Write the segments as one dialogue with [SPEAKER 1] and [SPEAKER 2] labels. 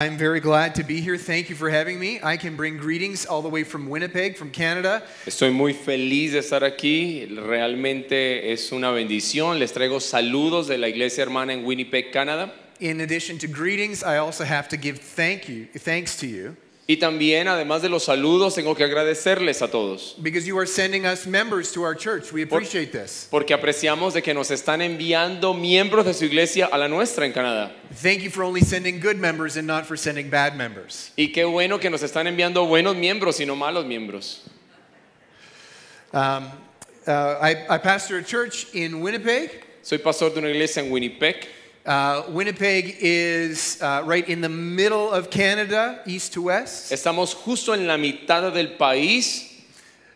[SPEAKER 1] I'm very glad to be here. Thank you for having me. I can bring greetings all the way from Winnipeg, from Canada.
[SPEAKER 2] Estoy muy feliz de estar aquí. Realmente es una bendición. Les traigo saludos de la iglesia hermana en Winnipeg, Canadá.
[SPEAKER 1] In addition to greetings, I also have to give thank you, thanks to you,
[SPEAKER 2] Y también, además de los saludos, tengo que agradecerles a todos.
[SPEAKER 1] because you are sending us members to our church. We appreciate this.
[SPEAKER 2] Porque apreciamos de que nos están enviando miembros de su iglesia a la nuestra en Canadá.
[SPEAKER 1] Thank you for only sending good members and not for sending bad members.
[SPEAKER 2] Y qué bueno que nos están enviando buenos miembros y no malos miembros.
[SPEAKER 1] Um, uh, I, I pastor a church in Winnipeg.
[SPEAKER 2] Soy pastor de una iglesia en Winnipeg.
[SPEAKER 1] Uh, Winnipeg is uh, right in the middle of Canada, east to west,
[SPEAKER 2] Estamos justo en la mitad del país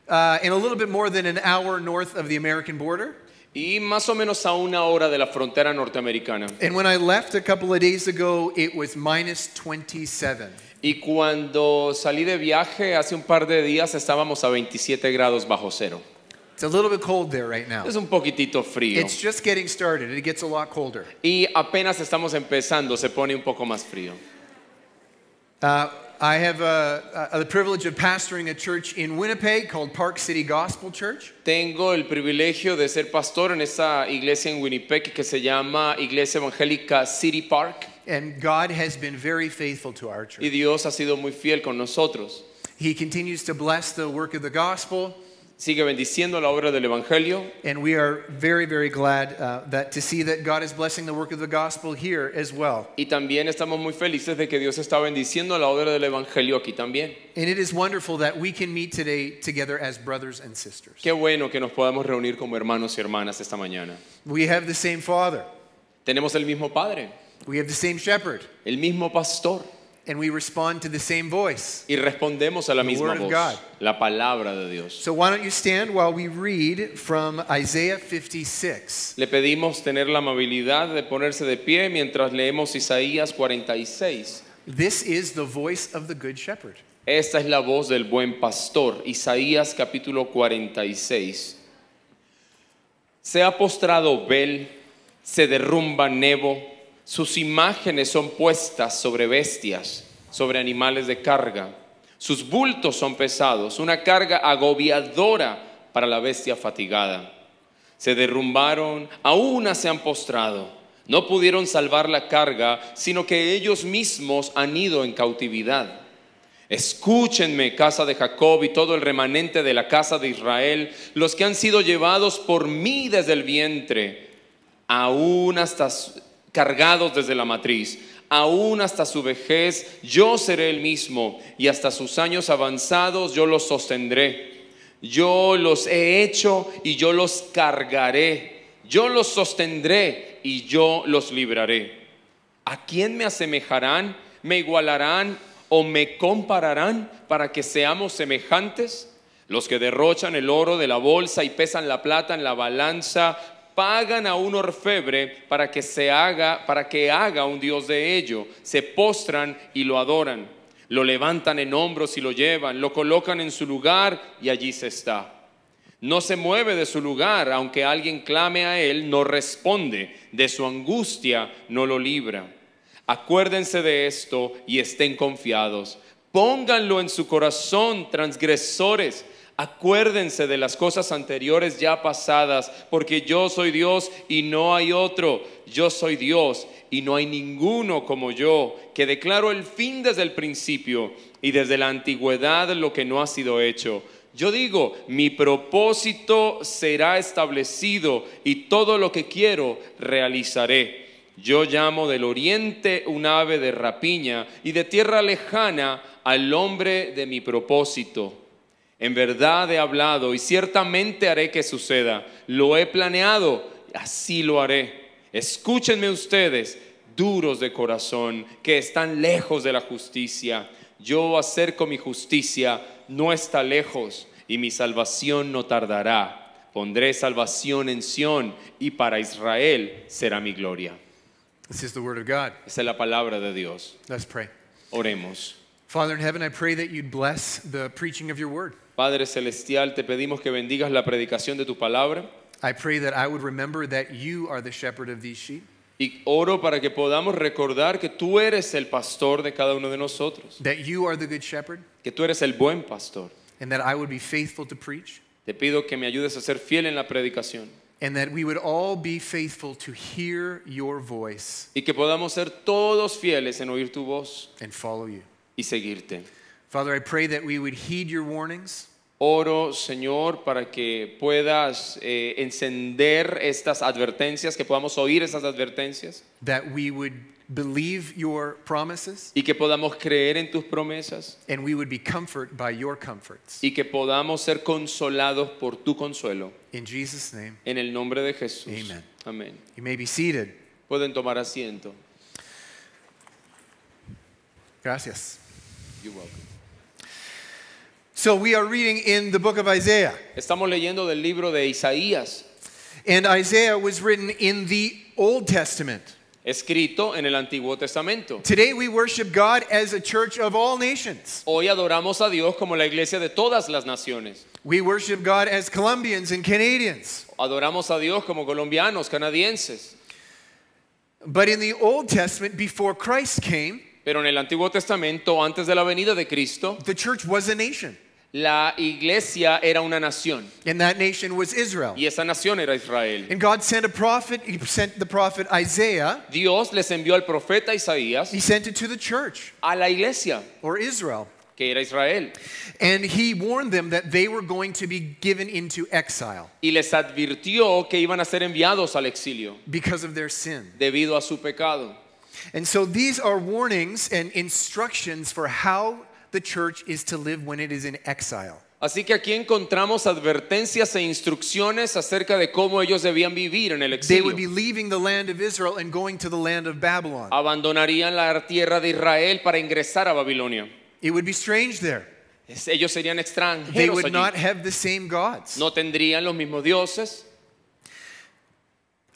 [SPEAKER 1] uh, and a little bit more than an hour north of the American border.
[SPEAKER 2] y más o menos a una hora de la frontera norteamericana.
[SPEAKER 1] And when I left a couple of days ago, it was minus 27.
[SPEAKER 2] Y cuando salí de viaje hace un par de días estábamos a 27 grados bajo cero.
[SPEAKER 1] It's a little bit cold there right now.
[SPEAKER 2] Es un poquitito frío.
[SPEAKER 1] Ah. It's just getting started. It gets a lot colder.
[SPEAKER 2] Y apenas estamos empezando, se pone un poco más frío.
[SPEAKER 1] Uh, I have uh, uh, the privilege of pastoring a church in Winnipeg called Park City Gospel Church.
[SPEAKER 2] Tengo el privilegio de ser pastor en esta iglesia en Winnipeg que se llama Iglesia Evangélica City Park.
[SPEAKER 1] And God has been very faithful to our
[SPEAKER 2] Y
[SPEAKER 1] church.
[SPEAKER 2] Dios ha sido muy fiel con nosotros.
[SPEAKER 1] He continues to bless the work of the gospel.
[SPEAKER 2] Sigue bendiciendo la obra del Evangelio
[SPEAKER 1] And we are very, very glad uh, that to see that God is blessing the work of the gospel here as well.
[SPEAKER 2] y también estamos muy felices de que Dios está bendiciendo la obra del Evangelio aquí también.
[SPEAKER 1] And it is wonderful that we can meet today together as brothers and sisters.
[SPEAKER 2] Qué bueno que nos podamos reunir como hermanos y hermanas esta mañana.
[SPEAKER 1] We have the same Father.
[SPEAKER 2] Tenemos el mismo Padre,
[SPEAKER 1] We have the same shepherd,
[SPEAKER 2] el mismo pastor
[SPEAKER 1] and we respond to the same voice.
[SPEAKER 2] y respondemos a la
[SPEAKER 1] The
[SPEAKER 2] misma
[SPEAKER 1] Word of
[SPEAKER 2] voz,
[SPEAKER 1] God.
[SPEAKER 2] la palabra de Dios.
[SPEAKER 1] So why don't you stand while we read from Isaiah 56?
[SPEAKER 2] Le pedimos tener la amabilidad de ponerse de pie mientras leemos Isaías 46.
[SPEAKER 1] This is the voice of the Good Shepherd.
[SPEAKER 2] Esta es la voz del buen pastor, Isaías capítulo 46. Se ha postrado Bel, se derrumba Nebo, sus imágenes son puestas sobre bestias, sobre animales de carga, sus bultos son pesados, una carga agobiadora para la bestia fatigada. Se derrumbaron, a una se han postrado, no pudieron salvar la carga, sino que ellos mismos han ido en cautividad. Escúchenme, casa de Jacob y todo el remanente de la casa de Israel, los que han sido llevados por mí desde el vientre, aún hasta su- cargados desde la matriz, aún hasta su vejez, yo seré el mismo, y hasta sus años avanzados yo los sostendré. Yo los he hecho y yo los cargaré, yo los sostendré y yo los libraré. ¿A quién me asemejarán? ¿Me igualarán o me compararán para que seamos semejantes? Los que derrochan el oro de la bolsa y pesan la plata en la balanza, pagan a un orfebre para que se haga, para que haga un dios de ello, se postran y lo adoran, lo levantan en hombros y lo llevan, lo colocan en su lugar y allí se está. No se mueve de su lugar, aunque alguien clame a él, no responde, de su angustia no lo libra. Acuérdense de esto y estén confiados. Pónganlo en su corazón, transgresores. Acuérdense de las cosas anteriores ya pasadas, porque yo soy Dios y no hay otro. Yo soy Dios y no hay ninguno como yo, que declaro el fin desde el principio y desde la antigüedad lo que no ha sido hecho. Yo digo, mi propósito será establecido y todo lo que quiero realizaré. Yo llamo del oriente un ave de rapiña y de tierra lejana al hombre de mi propósito. En verdad he hablado y ciertamente haré que suceda. Lo he planeado, así lo haré. Escúchenme ustedes, duros de corazón, que están lejos de la justicia. Yo acerco mi justicia, no está lejos, y mi salvación no tardará. Pondré salvación en Sión y para Israel será mi gloria.
[SPEAKER 1] This is the word of God.
[SPEAKER 2] Esa es la palabra de Dios.
[SPEAKER 1] Let's pray.
[SPEAKER 2] Oremos.
[SPEAKER 1] Father in heaven, I pray that you'd bless the preaching of your word.
[SPEAKER 2] Padre Celestial, te pedimos que bendigas la predicación de tu palabra.
[SPEAKER 1] I pray that I would remember that you are the shepherd of these sheep.
[SPEAKER 2] Y oro para que podamos recordar que tú eres el pastor de cada uno de nosotros,
[SPEAKER 1] that you are the good shepherd,
[SPEAKER 2] que tú eres el buen pastor.
[SPEAKER 1] and that I would be faithful to preach,
[SPEAKER 2] Te pido que me ayudes a ser fiel en la predicación
[SPEAKER 1] and that we would all be faithful to hear your voice
[SPEAKER 2] y que podamos ser todos fieles en oír tu voz
[SPEAKER 1] and follow you.
[SPEAKER 2] y seguirte.
[SPEAKER 1] Father, I pray that we would heed your warnings,
[SPEAKER 2] Oro, Señor, para que puedas eh, encender estas advertencias, que podamos oír estas advertencias
[SPEAKER 1] that we would believe your promises,
[SPEAKER 2] y que podamos creer en tus promesas
[SPEAKER 1] and we would be comforted by your comforts.
[SPEAKER 2] y que podamos ser consolados por tu consuelo.
[SPEAKER 1] In Jesus' name,
[SPEAKER 2] En el nombre de Jesús.
[SPEAKER 1] Amen.
[SPEAKER 2] Amén.
[SPEAKER 1] you may be seated.
[SPEAKER 2] Pueden tomar asiento.
[SPEAKER 1] Gracias.
[SPEAKER 2] You're welcome.
[SPEAKER 1] So, we are reading in the book of Isaiah.
[SPEAKER 2] Estamos leyendo del libro de Isaías,
[SPEAKER 1] And Isaiah was written in the Old Testament.
[SPEAKER 2] escrito en el Antiguo Testamento.
[SPEAKER 1] Today we worship God as a church of all nations.
[SPEAKER 2] Hoy adoramos a Dios como la iglesia de todas las naciones.
[SPEAKER 1] We worship God as Colombians and Canadians.
[SPEAKER 2] Adoramos a Dios como colombianos, canadienses.
[SPEAKER 1] But in the Old Testament, before Christ came,
[SPEAKER 2] Pero en el Antiguo Testamento, antes de la venida de Cristo,
[SPEAKER 1] the church was a nation,
[SPEAKER 2] la iglesia era una nación
[SPEAKER 1] and that nation was Israel.
[SPEAKER 2] y esa nación era Israel.
[SPEAKER 1] And God sent a prophet, He sent the prophet Isaiah,
[SPEAKER 2] Dios les envió al profeta Isaías
[SPEAKER 1] He sent it to the church,
[SPEAKER 2] a la iglesia,
[SPEAKER 1] or Israel.
[SPEAKER 2] que era Israel,
[SPEAKER 1] And he warned them that they were going to be given into exile
[SPEAKER 2] y les advirtió que iban a ser enviados al exilio
[SPEAKER 1] because of their sin.
[SPEAKER 2] debido a su pecado.
[SPEAKER 1] And so these are warnings and instructions for how the church is to live when it is in exile.
[SPEAKER 2] Así que aquí encontramos advertencias e instrucciones acerca de cómo ellos debían vivir en el
[SPEAKER 1] They would be
[SPEAKER 2] exilio.
[SPEAKER 1] leaving the land of Israel and going to the land of Babylon.
[SPEAKER 2] Abandonarían la tierra de Israel para ingresar a Babilonia.
[SPEAKER 1] It would be strange there.
[SPEAKER 2] Es- Ellos serían
[SPEAKER 1] They
[SPEAKER 2] extranjeros
[SPEAKER 1] would not
[SPEAKER 2] allí.
[SPEAKER 1] have the same gods.
[SPEAKER 2] No tendrían los mismos dioses.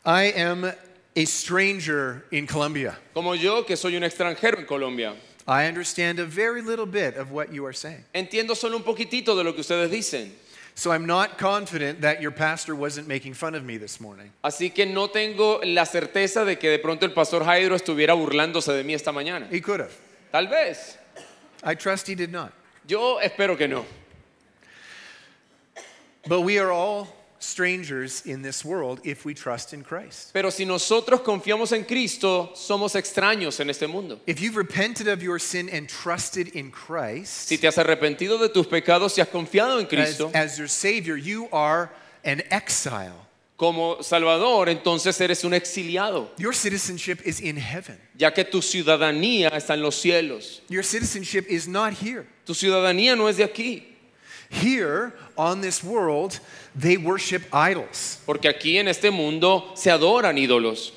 [SPEAKER 1] I am a stranger in Colombia.
[SPEAKER 2] Como yo, que soy un extranjero en Colombia.
[SPEAKER 1] I understand a very little bit of what you are saying.
[SPEAKER 2] Entiendo solo un poquitito de lo que ustedes dicen.
[SPEAKER 1] So I'm not confident that your pastor wasn't making fun of me this morning.
[SPEAKER 2] Así que no tengo la certeza de que de pronto el pastor Jairo estuviera burlándose de mí esta mañana.
[SPEAKER 1] He could have.
[SPEAKER 2] Tal vez.
[SPEAKER 1] I trust he did not.
[SPEAKER 2] Yo espero que no.
[SPEAKER 1] But we are all strangers in this world if we trust in Christ.
[SPEAKER 2] Pero si nosotros confiamos en Cristo, somos extraños en este mundo.
[SPEAKER 1] If you've repented of your sin and trusted in Christ
[SPEAKER 2] Si te has arrepentido de tus pecados y has confiado en
[SPEAKER 1] as,
[SPEAKER 2] Cristo
[SPEAKER 1] as your Savior, you are an exile.
[SPEAKER 2] como Salvador, entonces eres un exiliado,
[SPEAKER 1] Your citizenship is in heaven.
[SPEAKER 2] ya que tu ciudadanía está en los cielos.
[SPEAKER 1] Your citizenship is not here.
[SPEAKER 2] Tu ciudadanía no es de aquí,
[SPEAKER 1] Here on this world, they worship idols.
[SPEAKER 2] porque aquí en este mundo se adoran ídolos.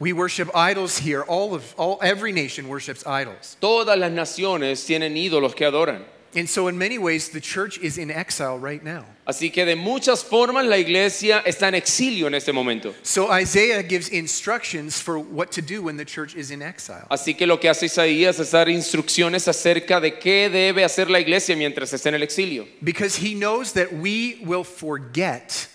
[SPEAKER 1] We worship idols here. All of all every nation worships idols.
[SPEAKER 2] Todas las naciones tienen ídolos que adoran.
[SPEAKER 1] And so in many ways the church is in exile right now.
[SPEAKER 2] Así que de muchas formas la iglesia está en exilio en este momento.
[SPEAKER 1] So Isaiah gives instructions for what to do when the church is in exile.
[SPEAKER 2] Así que lo que hace Isaías es dar instrucciones acerca de qué debe hacer la iglesia mientras esté en el exilio.
[SPEAKER 1] Because he knows that we will forget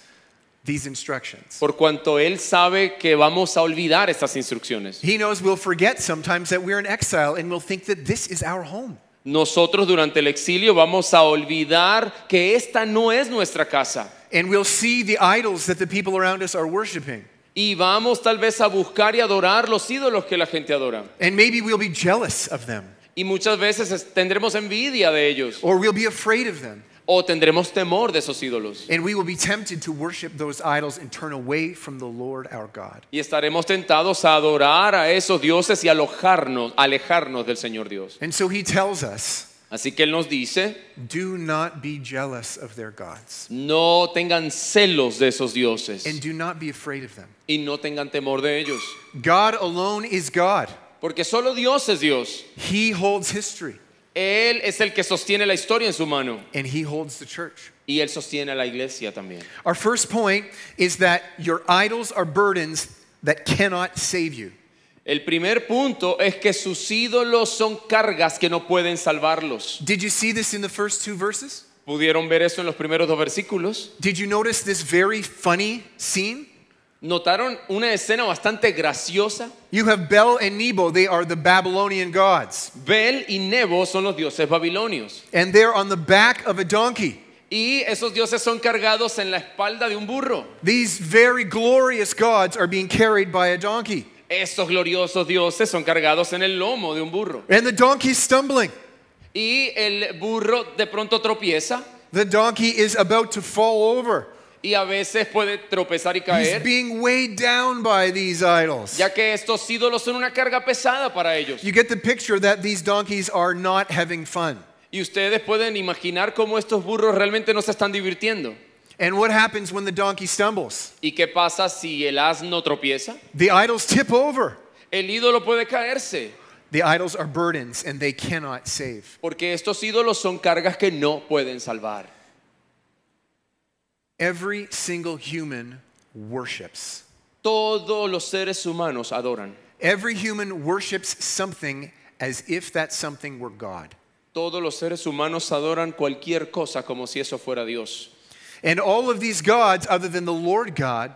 [SPEAKER 1] these instructions.
[SPEAKER 2] Por cuanto él sabe que vamos a olvidar estas instrucciones.
[SPEAKER 1] He knows we'll forget sometimes that we're in exile and we'll think that this is our home.
[SPEAKER 2] Nosotros durante el exilio vamos a olvidar que esta no es nuestra casa
[SPEAKER 1] And we'll see the idols that the people around us are worshiping.
[SPEAKER 2] y vamos tal vez a buscar y adorar los ídolos que la gente adora.
[SPEAKER 1] And maybe we'll be jealous of them
[SPEAKER 2] Y muchas veces es- tendremos envidia de ellos
[SPEAKER 1] or we'll be afraid of them.
[SPEAKER 2] o tendremos temor de esos ídolos
[SPEAKER 1] And we will be tempted to worship those idols and turn away from the Lord our God.
[SPEAKER 2] y estaremos tentados a adorar a esos dioses y alojarnos, alejarnos del Señor Dios.
[SPEAKER 1] And so he tells us
[SPEAKER 2] Así que él nos dice,
[SPEAKER 1] do not be jealous of their gods
[SPEAKER 2] no tengan celos de esos dioses
[SPEAKER 1] and do not be afraid of them.
[SPEAKER 2] y no tengan temor de ellos,
[SPEAKER 1] God alone is God,
[SPEAKER 2] porque solo Dios es Dios.
[SPEAKER 1] He holds history
[SPEAKER 2] Él es el que sostiene la historia en su mano
[SPEAKER 1] and He holds the church.
[SPEAKER 2] y él sostiene a la iglesia también.
[SPEAKER 1] Our first point is that your idols are burdens that cannot save you.
[SPEAKER 2] El primer punto es que sus ídolos son cargas que no pueden salvarlos.
[SPEAKER 1] Did you see this in the first two verses?
[SPEAKER 2] ¿Pudieron ver eso en los primeros dos versículos?
[SPEAKER 1] Did you notice this very funny scene?
[SPEAKER 2] Notaron una escena bastante graciosa.
[SPEAKER 1] You have Bel and Nebo, they are the Babylonian gods.
[SPEAKER 2] Bel y Nebo son los dioses babilonios.
[SPEAKER 1] And they're on the back of a donkey.
[SPEAKER 2] Y esos dioses son cargados en la espalda de un burro.
[SPEAKER 1] These very glorious gods are being carried by a donkey.
[SPEAKER 2] Estos gloriosos dioses son cargados en el lomo de un burro.
[SPEAKER 1] And the donkey's stumbling.
[SPEAKER 2] Y el burro de pronto tropieza
[SPEAKER 1] The donkey is about to fall over.
[SPEAKER 2] y a veces puede tropezar y
[SPEAKER 1] He's
[SPEAKER 2] caer,
[SPEAKER 1] being weighed down by these idols.
[SPEAKER 2] ya que estos ídolos son una carga pesada para ellos.
[SPEAKER 1] You get the picture that these donkeys are not having fun.
[SPEAKER 2] Y ustedes pueden imaginar cómo estos burros realmente no se están divirtiendo.
[SPEAKER 1] And what happens when the donkey stumbles?
[SPEAKER 2] ¿Y qué pasa si el asno tropieza?
[SPEAKER 1] The idols tip over.
[SPEAKER 2] El ídolo puede caerse,
[SPEAKER 1] The idols are burdens and they cannot save.
[SPEAKER 2] porque estos ídolos son cargas que no pueden salvar.
[SPEAKER 1] Every single human worships.
[SPEAKER 2] Todos los seres humanos adoran.
[SPEAKER 1] Every human worships something as if that something were God.
[SPEAKER 2] Todos los seres humanos adoran cualquier cosa como si eso fuera Dios.
[SPEAKER 1] And all of these gods, other than the Lord God,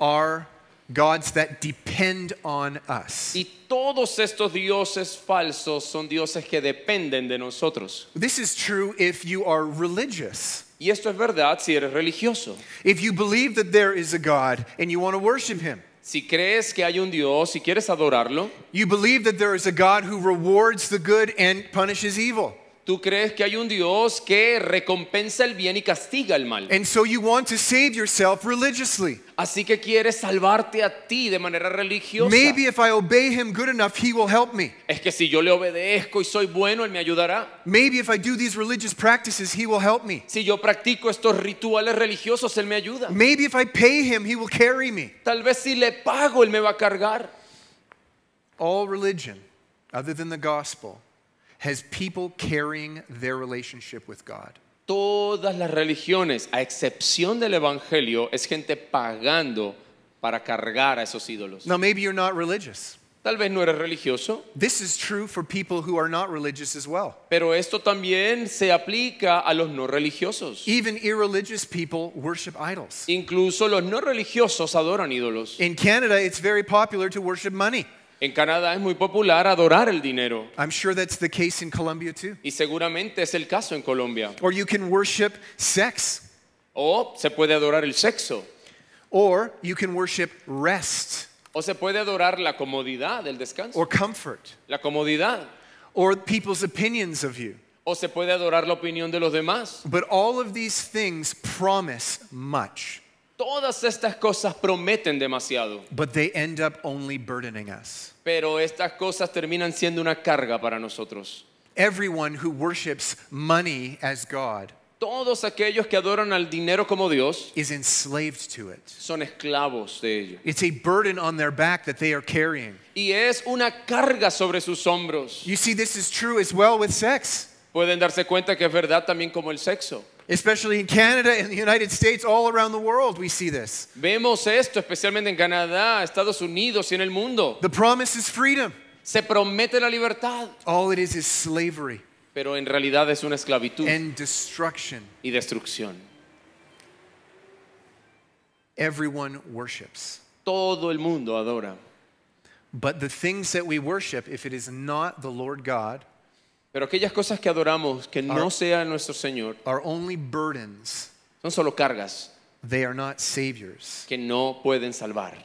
[SPEAKER 1] are gods that depend on us.
[SPEAKER 2] Y todos estos dioses falsos son dioses que dependen de nosotros.
[SPEAKER 1] This is true if you are religious.
[SPEAKER 2] Y esto es verdad si eres religioso.
[SPEAKER 1] If you believe that there is a God and you want to worship him,
[SPEAKER 2] Si crees que hay un Dios y quieres adorarlo,
[SPEAKER 1] you believe that there is a God who rewards the good and punishes evil.
[SPEAKER 2] tú crees que hay un Dios que recompensa el bien y castiga el mal.
[SPEAKER 1] And so you want to save yourself religiously.
[SPEAKER 2] Así que quieres salvarte a ti de manera religiosa.
[SPEAKER 1] Maybe if I obey him good enough, he will help me.
[SPEAKER 2] Es que si yo le obedezco y soy bueno, Él me ayudará.
[SPEAKER 1] Maybe if I do these religious practices, he will help me.
[SPEAKER 2] Si yo practico estos rituales religiosos, Él me ayuda.
[SPEAKER 1] Maybe if I pay him, he will carry me.
[SPEAKER 2] Tal vez si le pago, Él me va a cargar.
[SPEAKER 1] All religion, other than the gospel, has people carrying their relationship with God.
[SPEAKER 2] Todas las religiones, a excepción del Evangelio, es gente pagando para cargar a esos ídolos.
[SPEAKER 1] Now, maybe you're not religious.
[SPEAKER 2] Tal vez no eres religioso,
[SPEAKER 1] This is true for people who are not religious as well.
[SPEAKER 2] pero esto también se aplica a los no religiosos.
[SPEAKER 1] Even irreligious people worship idols.
[SPEAKER 2] Incluso los no religiosos adoran ídolos.
[SPEAKER 1] In Canada, it's very popular to worship money.
[SPEAKER 2] En Canadá es muy popular adorar el dinero
[SPEAKER 1] I'm sure that's the case in Colombia too.
[SPEAKER 2] y seguramente es el caso en Colombia.
[SPEAKER 1] Or you can worship sex,
[SPEAKER 2] O se puede adorar el sexo,
[SPEAKER 1] or you can worship rest,
[SPEAKER 2] o se puede adorar la comodidad, el descanso,
[SPEAKER 1] or comfort,
[SPEAKER 2] la comodidad,
[SPEAKER 1] or people's opinions of you.
[SPEAKER 2] o se puede adorar la opinión de los demás.
[SPEAKER 1] But all of these things promise much.
[SPEAKER 2] Todas estas cosas prometen demasiado,
[SPEAKER 1] but they end up only burdening us.
[SPEAKER 2] pero estas cosas terminan siendo una carga para nosotros.
[SPEAKER 1] Everyone who worships money as God
[SPEAKER 2] Todos aquellos que adoran al dinero como Dios
[SPEAKER 1] is enslaved to it.
[SPEAKER 2] son esclavos de ello.
[SPEAKER 1] It's a burden on their back that they are carrying.
[SPEAKER 2] Y es una carga sobre sus hombros.
[SPEAKER 1] You see, this is true as well with sex,
[SPEAKER 2] Pueden darse cuenta que es verdad también como el sexo.
[SPEAKER 1] especially in Canada and the United States, all around the world, we see this.
[SPEAKER 2] Vemos esto especialmente en Canadá, Estados Unidos y en el mundo.
[SPEAKER 1] The promise is freedom,
[SPEAKER 2] Se promete la libertad,
[SPEAKER 1] all it is is slavery
[SPEAKER 2] pero en realidad es una esclavitud
[SPEAKER 1] and destruction.
[SPEAKER 2] y destrucción.
[SPEAKER 1] Everyone worships.
[SPEAKER 2] Todo el mundo adora,
[SPEAKER 1] But the things that we worship, if it is not the Lord God,
[SPEAKER 2] pero aquellas cosas que adoramos que no
[SPEAKER 1] Ahora-
[SPEAKER 2] sea nuestro Señor
[SPEAKER 1] are only burdens.
[SPEAKER 2] son solo cargas
[SPEAKER 1] They are not saviors.
[SPEAKER 2] que no pueden salvar.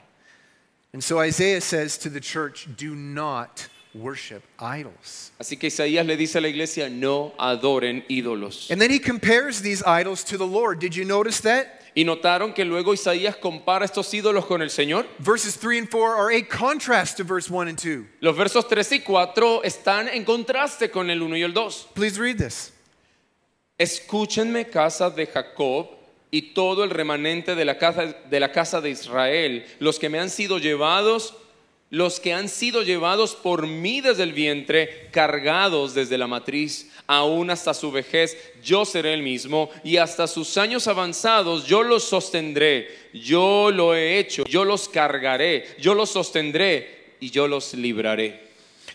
[SPEAKER 1] And so Isaiah says to the church, do not worship idols.
[SPEAKER 2] Así que Isaías le dice a la iglesia, no adoren ídolos.
[SPEAKER 1] And then he compares these idols to the Lord. Did you notice that?
[SPEAKER 2] ¿Y notaron que luego Isaías compara estos ídolos con el Señor?
[SPEAKER 1] Verses 3 and 4 are a contrast to verse 1 and 2.
[SPEAKER 2] Los versos 3 y 4 están en contraste con el 1 y el 2.
[SPEAKER 1] Please read this.
[SPEAKER 2] Escúchenme casa de Jacob y todo el remanente de la casa de la casa de Israel, los que me han sido llevados, los que han sido llevados por mí desde el vientre, cargados desde la matriz, aún hasta su vejez, yo seré el mismo y hasta sus años avanzados yo los sostendré. Yo lo he hecho, yo los cargaré, yo los sostendré y yo los libraré.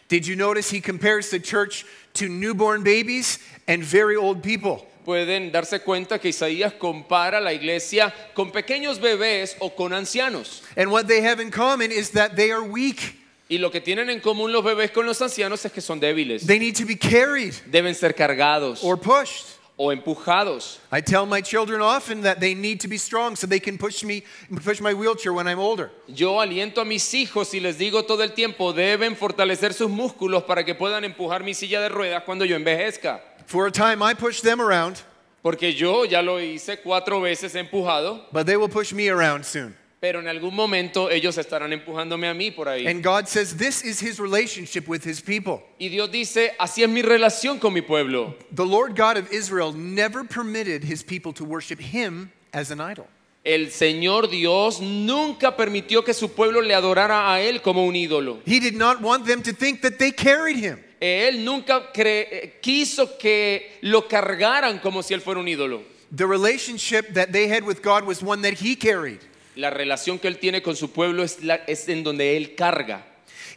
[SPEAKER 1] Did you notice he compares the church to newborn babies and very old people?
[SPEAKER 2] pueden darse cuenta que Isaías compara la iglesia con pequeños bebés o con ancianos.
[SPEAKER 1] And what they have in common is that they are weak.
[SPEAKER 2] Y lo que tienen en común los bebés con los ancianos es que son débiles.
[SPEAKER 1] They need to be carried
[SPEAKER 2] Deben ser cargados
[SPEAKER 1] or pushed.
[SPEAKER 2] o empujados.
[SPEAKER 1] I tell my children often that they need to be strong so they can push me push my wheelchair when I'm older.
[SPEAKER 2] Yo aliento a mis hijos y les digo todo el tiempo, deben fortalecer sus músculos para que puedan empujar mi silla de ruedas cuando yo envejezca.
[SPEAKER 1] For a time I push them around,
[SPEAKER 2] Porque yo ya lo hice cuatro veces empujado,
[SPEAKER 1] but they will push me around soon.
[SPEAKER 2] pero en algún momento ellos estarán empujándome a mí por ahí.
[SPEAKER 1] And God says this is his relationship with his people.
[SPEAKER 2] y Dios dice, así es mi relación con mi pueblo.
[SPEAKER 1] The Lord God of Israel never permitted his people to worship him as an idol.
[SPEAKER 2] El Señor Dios nunca permitió que su pueblo le adorara a Él como un ídolo.
[SPEAKER 1] He did not want them to think that they carried him.
[SPEAKER 2] Él nunca cre- eh, quiso que lo cargaran como si Él fuera un ídolo.
[SPEAKER 1] The relationship that they had with God was one that he carried.
[SPEAKER 2] La relación que Él tiene con su pueblo es, la- es en donde Él carga.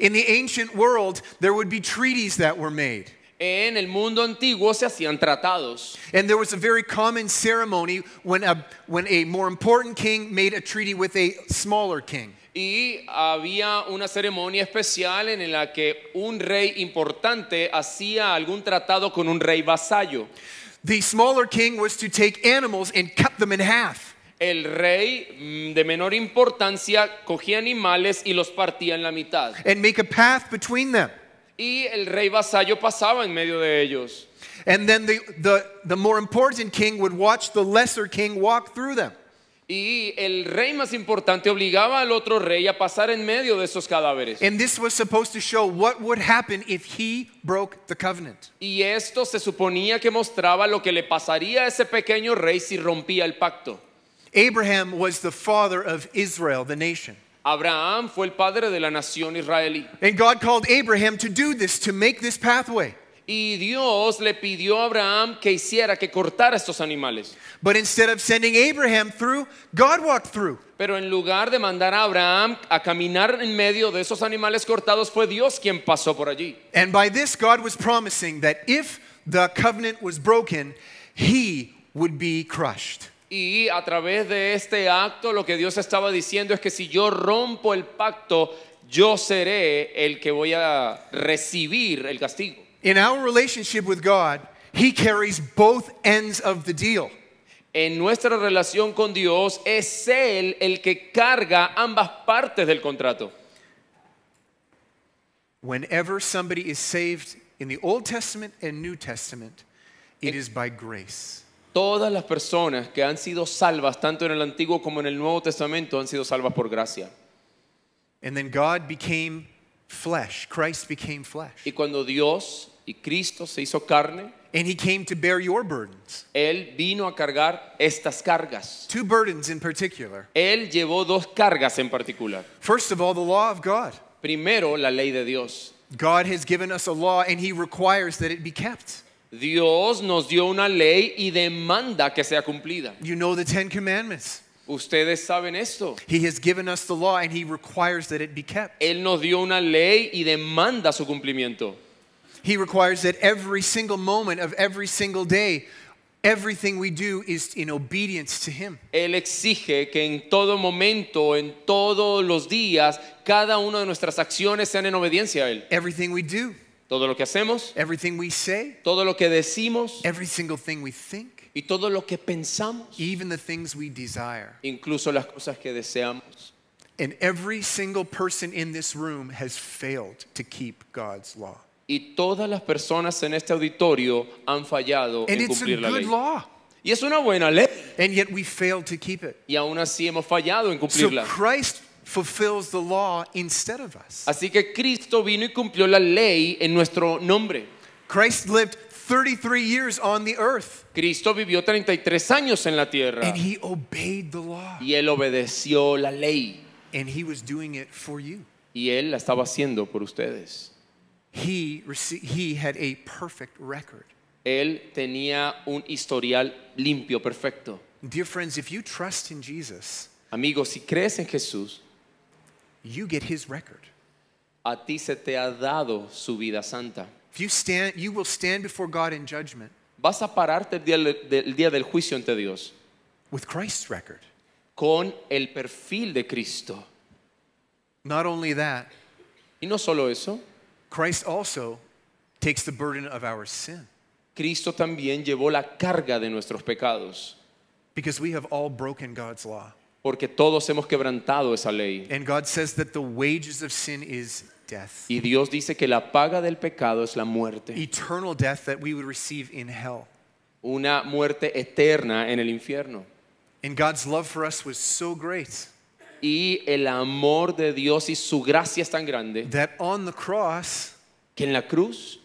[SPEAKER 1] In the ancient world, there would be treaties that were made.
[SPEAKER 2] En el mundo antiguo se hacían tratados.
[SPEAKER 1] And there was a very common ceremony when a, when a more important king made a treaty with a smaller king.
[SPEAKER 2] Y había una ceremonia especial en la que un rey importante hacía algún tratado con un rey vasallo.
[SPEAKER 1] The smaller king was to take animals and cut them in half.
[SPEAKER 2] El rey mm, de menor importancia cogía animales y los partía en la mitad.
[SPEAKER 1] and make a path between them.
[SPEAKER 2] Y el rey vasallo pasaba en medio de ellos.
[SPEAKER 1] And then the, the, the more important king would watch the lesser king walk through them.
[SPEAKER 2] Y el rey más importante obligaba al otro rey a pasar en medio de esos cadáveres.
[SPEAKER 1] And this was supposed to show what would happen if he broke the covenant.
[SPEAKER 2] Y esto se suponía que mostraba lo que le pasaría a ese pequeño rey si rompía el pacto.
[SPEAKER 1] Abraham was the father of Israel, the nation.
[SPEAKER 2] Abraham fue el padre de la nación israelí.
[SPEAKER 1] And God called Abraham to do this, to make this pathway.
[SPEAKER 2] Y Dios le pidió a Abraham que hiciera, que cortara estos animales.
[SPEAKER 1] But instead of sending Abraham through, God walked through.
[SPEAKER 2] Pero en lugar de mandar a Abraham a caminar en medio de esos animales cortados, fue Dios quien pasó por allí.
[SPEAKER 1] And by this, God was promising that if the covenant was broken, he would be crushed.
[SPEAKER 2] Y a través de este acto lo que Dios estaba diciendo es que si yo rompo el pacto, yo seré el que voy a recibir el castigo.
[SPEAKER 1] In our relationship with God, He carries both ends of the deal.
[SPEAKER 2] En nuestra relación con Dios es Él el que carga ambas partes del contrato.
[SPEAKER 1] Whenever somebody is saved in the Old Testament and New Testament, it is by grace.
[SPEAKER 2] Todas las personas que han sido salvas, tanto en el Antiguo como en el Nuevo Testamento, han sido salvas por gracia.
[SPEAKER 1] And then God became flesh. Christ became flesh.
[SPEAKER 2] Y cuando Dios y Cristo se hizo carne,
[SPEAKER 1] And He came to bear your burdens.
[SPEAKER 2] Él vino a cargar estas cargas.
[SPEAKER 1] Two burdens in particular.
[SPEAKER 2] Él llevó dos cargas en particular.
[SPEAKER 1] First of all, the law of God.
[SPEAKER 2] Primero, la ley de Dios.
[SPEAKER 1] God has given us a law and He requires that it be kept.
[SPEAKER 2] Dios nos dio una ley y demanda que sea cumplida.
[SPEAKER 1] You know the Ten Commandments.
[SPEAKER 2] Ustedes saben esto.
[SPEAKER 1] He has given us the law and He requires that it be kept.
[SPEAKER 2] Él nos dio una ley y demanda su cumplimiento.
[SPEAKER 1] He requires that every single moment of every single day, everything we do is in obedience to Him.
[SPEAKER 2] Él exige que en todo momento, en todos los días, cada una de nuestras acciones sean en obediencia a Él.
[SPEAKER 1] Everything we do,
[SPEAKER 2] Todo lo que hacemos,
[SPEAKER 1] everything we say,
[SPEAKER 2] todo lo que decimos
[SPEAKER 1] every single thing we think,
[SPEAKER 2] y todo lo que pensamos,
[SPEAKER 1] even the things we desire.
[SPEAKER 2] incluso las cosas que deseamos.
[SPEAKER 1] And every single person in this room has failed to keep God's law.
[SPEAKER 2] Y todas las personas en este auditorio han fallado
[SPEAKER 1] And
[SPEAKER 2] en
[SPEAKER 1] it's a
[SPEAKER 2] cumplir la
[SPEAKER 1] good
[SPEAKER 2] ley.
[SPEAKER 1] law,
[SPEAKER 2] Y es una buena ley.
[SPEAKER 1] and yet we failed to keep it.
[SPEAKER 2] Y aún así hemos fallado en
[SPEAKER 1] So
[SPEAKER 2] cumplirla.
[SPEAKER 1] Christ fulfills the law instead of us.
[SPEAKER 2] Así que Cristo vino y cumplió la ley en nuestro nombre.
[SPEAKER 1] Christ lived 33 years on the earth,
[SPEAKER 2] Cristo vivió 33 años en la tierra
[SPEAKER 1] and He obeyed the law.
[SPEAKER 2] y él obedeció la ley
[SPEAKER 1] And he was doing it for you.
[SPEAKER 2] y él la estaba haciendo por ustedes.
[SPEAKER 1] He, rece- he had a perfect record.
[SPEAKER 2] Él tenía un historial limpio, perfecto.
[SPEAKER 1] Dear friends, if you trust in Jesus,
[SPEAKER 2] Amigos, si crees en Jesús,
[SPEAKER 1] you get his record.
[SPEAKER 2] a ti se te ha dado su vida santa.
[SPEAKER 1] If you stand, you will stand before God in judgment.
[SPEAKER 2] vas a pararte el día, del día del juicio ante Dios
[SPEAKER 1] with Christ's record.
[SPEAKER 2] con el perfil de Cristo.
[SPEAKER 1] Not only that,
[SPEAKER 2] Y no solo eso,
[SPEAKER 1] Christ also takes the burden of our sin
[SPEAKER 2] Cristo también llevó la carga de nuestros pecados,
[SPEAKER 1] because we have all broken God's law.
[SPEAKER 2] porque todos hemos quebrantado esa ley.
[SPEAKER 1] And God says that the wages of sin is death,
[SPEAKER 2] Y Dios dice que la paga del pecado es la muerte,
[SPEAKER 1] eternal death that we would receive in hell.
[SPEAKER 2] una muerte eterna en el infierno.
[SPEAKER 1] And God's love for us was so great
[SPEAKER 2] Y el amor de Dios y su gracia es tan grande
[SPEAKER 1] that on the cross,
[SPEAKER 2] que en la cruz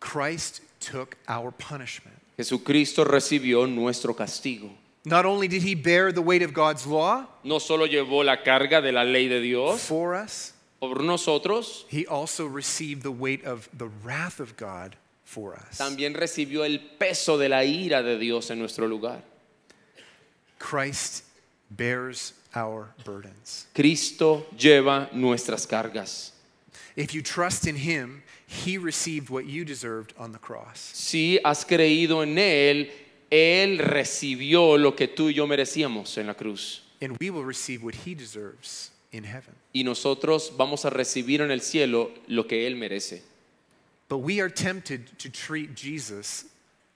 [SPEAKER 1] Christ took our punishment.
[SPEAKER 2] Jesucristo recibió nuestro castigo.
[SPEAKER 1] Not only did he bear the weight of God's law
[SPEAKER 2] No solo llevó la carga de la ley de Dios
[SPEAKER 1] for us,
[SPEAKER 2] por nosotros,
[SPEAKER 1] he also received the weight of the wrath of God for us.
[SPEAKER 2] también recibió el peso de la ira de Dios en nuestro lugar.
[SPEAKER 1] Christ bears our burdens.
[SPEAKER 2] Cristo lleva nuestras cargas.
[SPEAKER 1] If you trust in him, he received what you deserved on the cross.
[SPEAKER 2] Si has creído en Él, Él recibió lo que tú y yo merecíamos en la cruz.
[SPEAKER 1] And we will receive what he deserves in heaven.
[SPEAKER 2] Y nosotros vamos a recibir en el cielo lo que Él merece.
[SPEAKER 1] But we are tempted to treat Jesus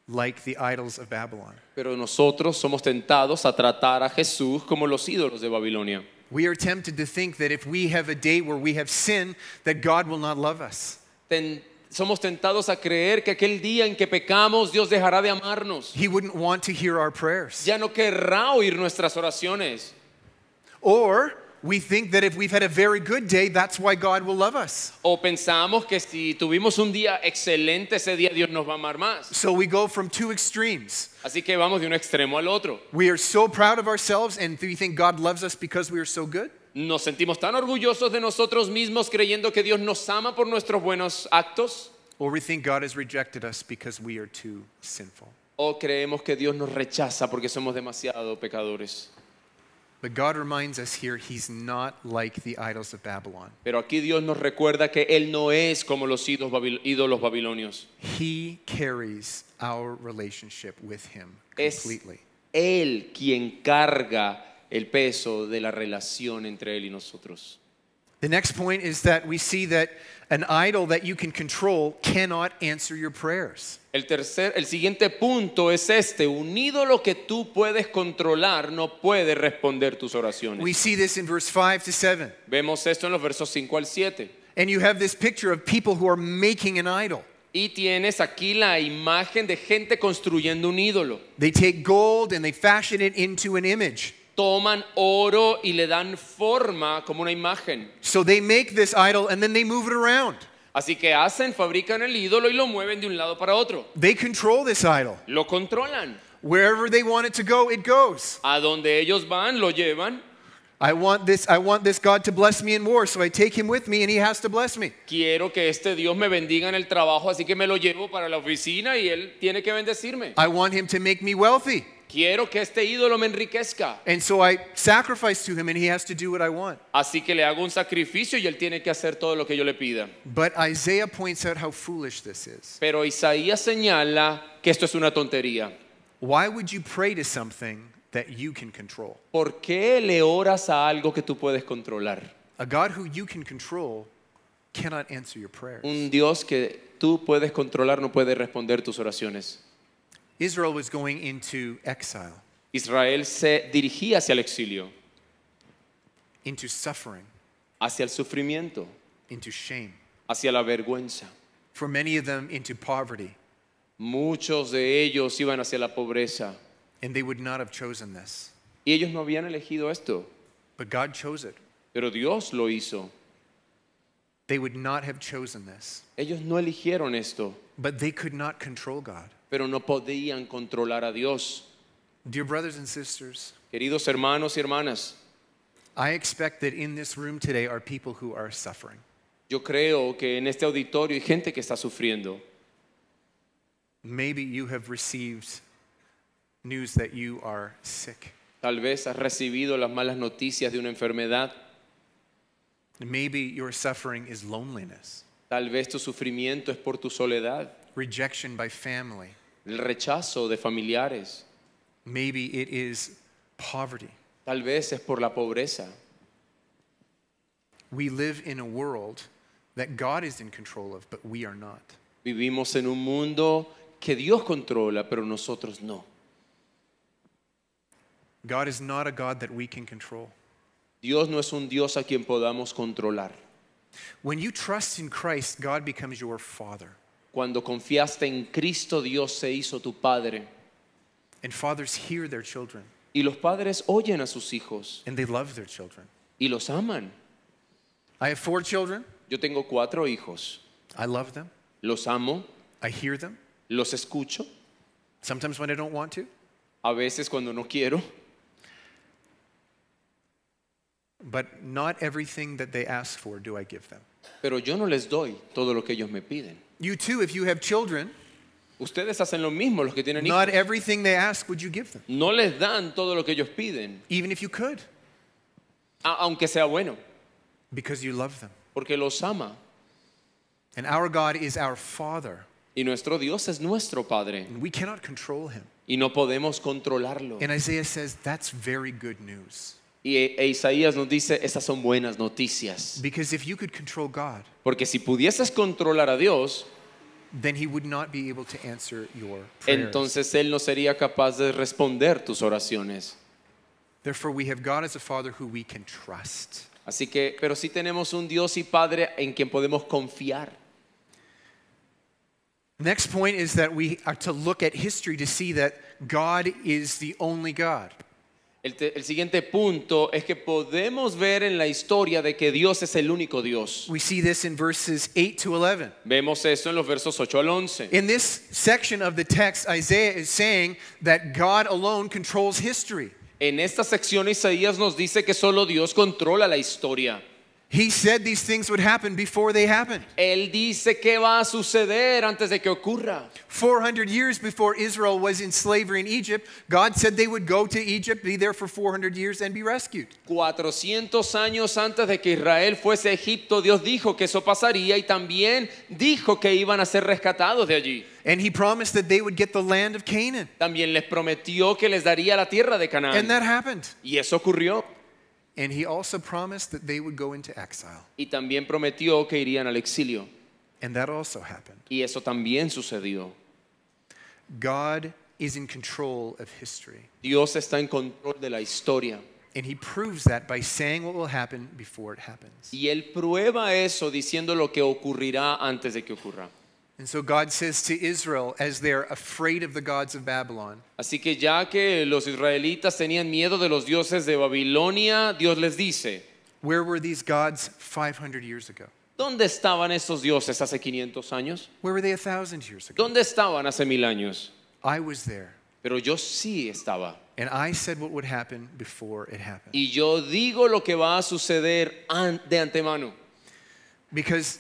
[SPEAKER 1] like the idols of Babylon.
[SPEAKER 2] Pero nosotros somos tentados a tratar a Jesús como los ídolos de Babilonia.
[SPEAKER 1] We are tempted to think that if we have a day where we have sin, that God will not love us.
[SPEAKER 2] Ten- somos tentados a creer que aquel día en que pecamos Dios dejará de amarnos.
[SPEAKER 1] He wouldn't want to hear our prayers.
[SPEAKER 2] Ya no querrá oír nuestras oraciones.
[SPEAKER 1] Or we think that if we've had a very good day, that's why God will love us.
[SPEAKER 2] O pensamos que si tuvimos un día excelente, ese día Dios nos va a amar más.
[SPEAKER 1] So we go from two extremes.
[SPEAKER 2] Así que vamos de un extremo al otro.
[SPEAKER 1] We are so proud of ourselves and we think God loves us because we are so good.
[SPEAKER 2] Nos sentimos tan orgullosos de nosotros mismos creyendo que Dios nos ama por nuestros buenos actos.
[SPEAKER 1] Or we think God has rejected us because we are too sinful.
[SPEAKER 2] O creemos que Dios nos rechaza porque somos demasiado pecadores.
[SPEAKER 1] But God reminds us here, He's not like the idols of Babylon.
[SPEAKER 2] Pero aquí Dios nos recuerda que Él no es como los ídolos babil- ídolos babilonios.
[SPEAKER 1] He carries our relationship with Him
[SPEAKER 2] Es
[SPEAKER 1] completely.
[SPEAKER 2] Él quien carga el peso de la relación entre Él y nosotros.
[SPEAKER 1] The next point is that we see that an idol that you can control cannot answer your prayers.
[SPEAKER 2] El, tercer, el siguiente punto es este. Un ídolo que tú puedes controlar no puede responder tus oraciones.
[SPEAKER 1] We see this in verse 5 to 7.
[SPEAKER 2] Vemos esto en los versos 5 al 7.
[SPEAKER 1] And you have this picture of people who are making an idol.
[SPEAKER 2] Y tienes aquí la imagen de gente construyendo un ídolo.
[SPEAKER 1] They take gold and they fashion it into an image.
[SPEAKER 2] Toman oro y le dan forma como una imagen.
[SPEAKER 1] So they make this idol and then they move it around.
[SPEAKER 2] Así que hacen, fabrican el ídolo y lo mueven de un lado para otro.
[SPEAKER 1] They control this idol.
[SPEAKER 2] Lo controlan.
[SPEAKER 1] Wherever they want it to go, it goes.
[SPEAKER 2] A donde ellos van, lo llevan.
[SPEAKER 1] I want this I want this God to bless me in war, so I take him with me and he has to bless me.
[SPEAKER 2] Quiero que este Dios me bendiga en el trabajo, así que me lo llevo para la oficina y Él tiene que bendecirme.
[SPEAKER 1] I want him to make me wealthy,
[SPEAKER 2] Quiero que este ídolo me enriquezca,
[SPEAKER 1] and so I sacrifice to him and he has to do what I want.
[SPEAKER 2] así que le hago un sacrificio y Él tiene que hacer todo lo que yo le pida.
[SPEAKER 1] But Isaiah points out how foolish this is.
[SPEAKER 2] Pero Isaías señala que esto es una tontería.
[SPEAKER 1] Why would you pray to something that you can control?
[SPEAKER 2] ¿Por qué le oras a algo que tú puedes controlar?
[SPEAKER 1] A God who you can control cannot answer your prayers.
[SPEAKER 2] Un Dios que tú puedes controlar no puede responder tus oraciones.
[SPEAKER 1] Israel was going into exile,
[SPEAKER 2] Israel se dirigía hacia el exilio,
[SPEAKER 1] into suffering,
[SPEAKER 2] hacia el sufrimiento,
[SPEAKER 1] into shame.
[SPEAKER 2] hacia la vergüenza.
[SPEAKER 1] For many of them, into poverty.
[SPEAKER 2] Muchos de ellos iban hacia la pobreza
[SPEAKER 1] And they would not have chosen this.
[SPEAKER 2] y ellos no habían elegido esto,
[SPEAKER 1] But God chose it.
[SPEAKER 2] pero Dios lo hizo.
[SPEAKER 1] They would not have chosen this.
[SPEAKER 2] Ellos no eligieron esto,
[SPEAKER 1] But they could not control God.
[SPEAKER 2] pero no podían controlar a Dios.
[SPEAKER 1] Dear brothers and sisters,
[SPEAKER 2] Queridos hermanos y hermanas,
[SPEAKER 1] I expect that in this room today are people who are suffering.
[SPEAKER 2] yo creo que en este auditorio hay gente que está sufriendo.
[SPEAKER 1] Maybe you have received news that you are sick.
[SPEAKER 2] Tal vez has recibido las malas noticias de una enfermedad.
[SPEAKER 1] Maybe your suffering is loneliness,
[SPEAKER 2] Tal vez tu sufrimiento es por tu soledad,
[SPEAKER 1] rejection by family,
[SPEAKER 2] el rechazo de familiares,
[SPEAKER 1] Maybe it is poverty.
[SPEAKER 2] tal vez es por la pobreza.
[SPEAKER 1] We live in a world that God is in control of, but we are not.
[SPEAKER 2] Vivimos en un mundo que Dios controla, pero nosotros no.
[SPEAKER 1] God is not a God that we can control.
[SPEAKER 2] Dios no es un Dios a quien podamos controlar.
[SPEAKER 1] When you trust in Christ, God becomes your Father.
[SPEAKER 2] Cuando confiaste en Cristo, Dios se hizo tu Padre.
[SPEAKER 1] And fathers hear their children,
[SPEAKER 2] Y los padres oyen a sus hijos
[SPEAKER 1] and they love their children.
[SPEAKER 2] y los aman.
[SPEAKER 1] I have four children.
[SPEAKER 2] Yo tengo cuatro hijos.
[SPEAKER 1] I love them.
[SPEAKER 2] Los amo,
[SPEAKER 1] I hear them.
[SPEAKER 2] los escucho,
[SPEAKER 1] Sometimes when I don't want to,
[SPEAKER 2] a veces cuando no quiero,
[SPEAKER 1] but not everything that they ask for do I give them.
[SPEAKER 2] pero yo no les doy todo lo que ellos me piden.
[SPEAKER 1] You too, if you have children,
[SPEAKER 2] Ustedes hacen lo mismo, los que tienen hijos.
[SPEAKER 1] not everything they ask would you give them,
[SPEAKER 2] No les dan todo lo que ellos piden,
[SPEAKER 1] even if you could,
[SPEAKER 2] a- aunque sea bueno,
[SPEAKER 1] because you love them.
[SPEAKER 2] porque los ama.
[SPEAKER 1] And our God is our Father,
[SPEAKER 2] Y nuestro Dios es nuestro Padre
[SPEAKER 1] and we cannot control him.
[SPEAKER 2] y no podemos controlarlo.
[SPEAKER 1] And Isaiah says that's very good news.
[SPEAKER 2] Y e- e Isaías nos dice, esas son buenas noticias.
[SPEAKER 1] Because if you could control God,
[SPEAKER 2] Porque si pudieses controlar a Dios,
[SPEAKER 1] then he would not be able to answer your prayers.
[SPEAKER 2] entonces Él no sería capaz de responder tus oraciones.
[SPEAKER 1] Therefore, we have God as a Father who we can trust.
[SPEAKER 2] Así que, pero sí tenemos un Dios y Padre en quien podemos confiar.
[SPEAKER 1] Next point is that we are to look at history to see that God is the only God.
[SPEAKER 2] El, te- el siguiente punto es que podemos ver en la historia de que Dios es el único Dios.
[SPEAKER 1] We see this in verses 8 to 11.
[SPEAKER 2] Vemos eso en los versos 8 al 11.
[SPEAKER 1] In this section of the text, Isaiah is saying that God alone controls history.
[SPEAKER 2] En esta sección Isaías nos dice que solo Dios controla la historia.
[SPEAKER 1] He said these things would happen before they happened.
[SPEAKER 2] Él dice qué va a suceder antes de que ocurra.
[SPEAKER 1] 400 years before Israel was in slavery in Egypt, God said they would go to Egypt, be there for 400 years, and be rescued.
[SPEAKER 2] 400 años antes de que Israel fuese a Egipto, Dios dijo que eso pasaría y también dijo que iban a ser rescatados de allí.
[SPEAKER 1] And he promised that they would get the land of Canaan.
[SPEAKER 2] También les prometió que les daría la tierra de
[SPEAKER 1] And
[SPEAKER 2] Canaán.
[SPEAKER 1] that happened.
[SPEAKER 2] Y eso ocurrió.
[SPEAKER 1] And he also promised that they would go into exile.
[SPEAKER 2] Y también prometió que irían al exilio.
[SPEAKER 1] And that also happened.
[SPEAKER 2] Y eso también sucedió.
[SPEAKER 1] God is in control of history.
[SPEAKER 2] Dios está en control de la historia.
[SPEAKER 1] And he proves that by saying what will happen before it happens.
[SPEAKER 2] Y Él prueba eso diciendo lo que ocurrirá antes de que ocurra.
[SPEAKER 1] And so God says to Israel, as they're afraid of the gods of Babylon,
[SPEAKER 2] Así que ya que los israelitas tenían miedo de los dioses de Babilonia, Dios les dice,
[SPEAKER 1] where were these gods 500 years ago?
[SPEAKER 2] ¿dónde estaban esos dioses hace 500 años?
[SPEAKER 1] Where were they 1,000 years ago?
[SPEAKER 2] ¿Dónde estaban hace mil años?
[SPEAKER 1] I was there.
[SPEAKER 2] Pero yo sí estaba.
[SPEAKER 1] And I said what would happen before it happened.
[SPEAKER 2] Y yo digo lo que va a suceder an- de antemano.
[SPEAKER 1] Because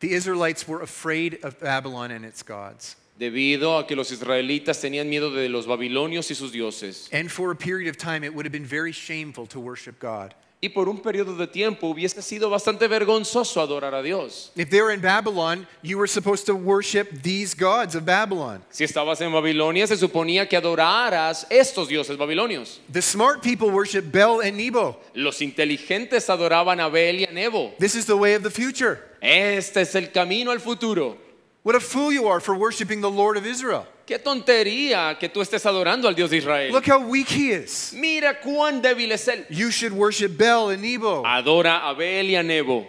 [SPEAKER 1] the Israelites were afraid of Babylon and its gods.
[SPEAKER 2] Debido a que los israelitas tenían miedo de los babilonios y sus dioses.
[SPEAKER 1] And for a period of time, it would have been very shameful to worship God.
[SPEAKER 2] Y por un periodo de tiempo hubiese sido bastante vergonzoso adorar a Dios.
[SPEAKER 1] If they were in Babylon, you were supposed to worship these gods of Babylon.
[SPEAKER 2] Si estabas en Babilonia, se suponía que adoraras estos dioses babilonios.
[SPEAKER 1] The smart people worship Bel and Nebo.
[SPEAKER 2] Los inteligentes adoraban a Bel y a Nebo.
[SPEAKER 1] This is the way of the future.
[SPEAKER 2] Este es el camino al futuro.
[SPEAKER 1] What a fool you are for worshiping the Lord of Israel.
[SPEAKER 2] Qué tontería que tú estés adorando al Dios de Israel.
[SPEAKER 1] Look how weak he is.
[SPEAKER 2] Mira cuán débil es él.
[SPEAKER 1] You should worship Bel and Nebo.
[SPEAKER 2] Adora a Bel y a Nebo.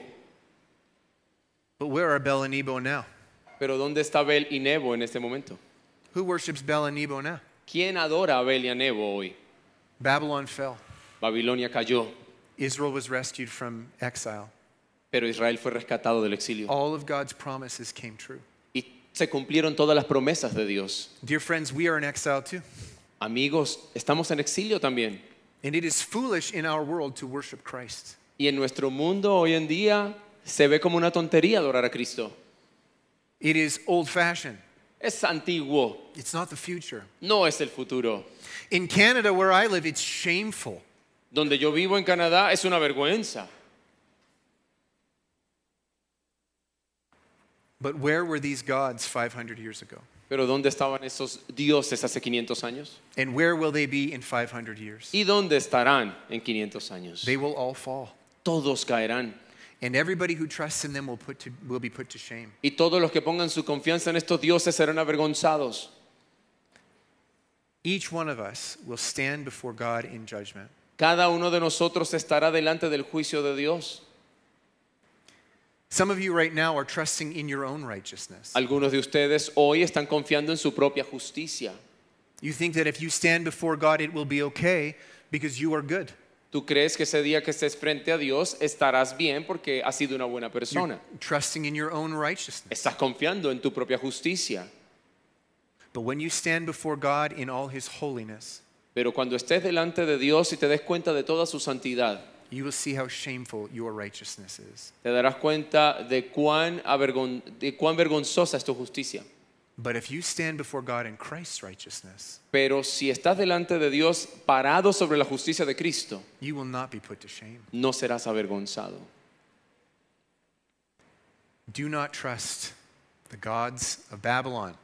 [SPEAKER 1] But where are Bel and Nebo now?
[SPEAKER 2] Pero ¿dónde está Bel y Nebo en este momento?
[SPEAKER 1] Who worships Bel and Nebo now?
[SPEAKER 2] ¿Quién adora a Bel y a Nebo hoy?
[SPEAKER 1] Babylon fell.
[SPEAKER 2] Babilonia cayó,
[SPEAKER 1] Israel was rescued from exile.
[SPEAKER 2] pero Israel fue rescatado del exilio.
[SPEAKER 1] All of God's promises came true.
[SPEAKER 2] Y se cumplieron todas las promesas de Dios.
[SPEAKER 1] Dear friends, we are in exile too.
[SPEAKER 2] Amigos, estamos en exilio también.
[SPEAKER 1] And it is foolish in our world to worship Christ.
[SPEAKER 2] Y en nuestro mundo hoy en día se ve como una tontería adorar a Cristo.
[SPEAKER 1] It is old fashioned,
[SPEAKER 2] Es antiguo,
[SPEAKER 1] it's not the future.
[SPEAKER 2] no es el futuro.
[SPEAKER 1] In Canada, where I live, it's shameful.
[SPEAKER 2] Donde yo vivo en Canadá es una vergüenza.
[SPEAKER 1] But where were these gods 500 years ago?
[SPEAKER 2] Pero ¿dónde estaban esos dioses hace 500 años?
[SPEAKER 1] And where will they be in 500 years?
[SPEAKER 2] ¿Y dónde estarán en 500 años?
[SPEAKER 1] They will all fall.
[SPEAKER 2] Todos caerán.
[SPEAKER 1] And everybody who trusts in them will, put to, will be put to shame.
[SPEAKER 2] Y todos los que pongan su confianza en estos dioses serán avergonzados.
[SPEAKER 1] Each one of us will stand before God in judgment.
[SPEAKER 2] Cada uno de nosotros estará delante del juicio de Dios.
[SPEAKER 1] Some of you right now are trusting in your own righteousness.
[SPEAKER 2] Algunos de ustedes hoy están confiando en su propia justicia.
[SPEAKER 1] You think that if you stand before God, it will be okay because you are good.
[SPEAKER 2] Tú crees que ese día que estés frente a Dios estarás bien porque has sido una buena persona.
[SPEAKER 1] Trusting in your own righteousness.
[SPEAKER 2] Estás confiando en tu propia justicia.
[SPEAKER 1] But when you stand before God in all his holiness,
[SPEAKER 2] Pero cuando estés delante de Dios y te des cuenta de toda su santidad,
[SPEAKER 1] you will see how shameful your righteousness is.
[SPEAKER 2] te darás cuenta de cuán, avergon- de cuán vergonzosa es tu justicia.
[SPEAKER 1] But if you stand before God in Christ's righteousness,
[SPEAKER 2] Pero si estás delante de Dios parado sobre la justicia de Cristo,
[SPEAKER 1] you will not be put to shame.
[SPEAKER 2] no serás avergonzado.
[SPEAKER 1] Do not trust the gods of Babylon.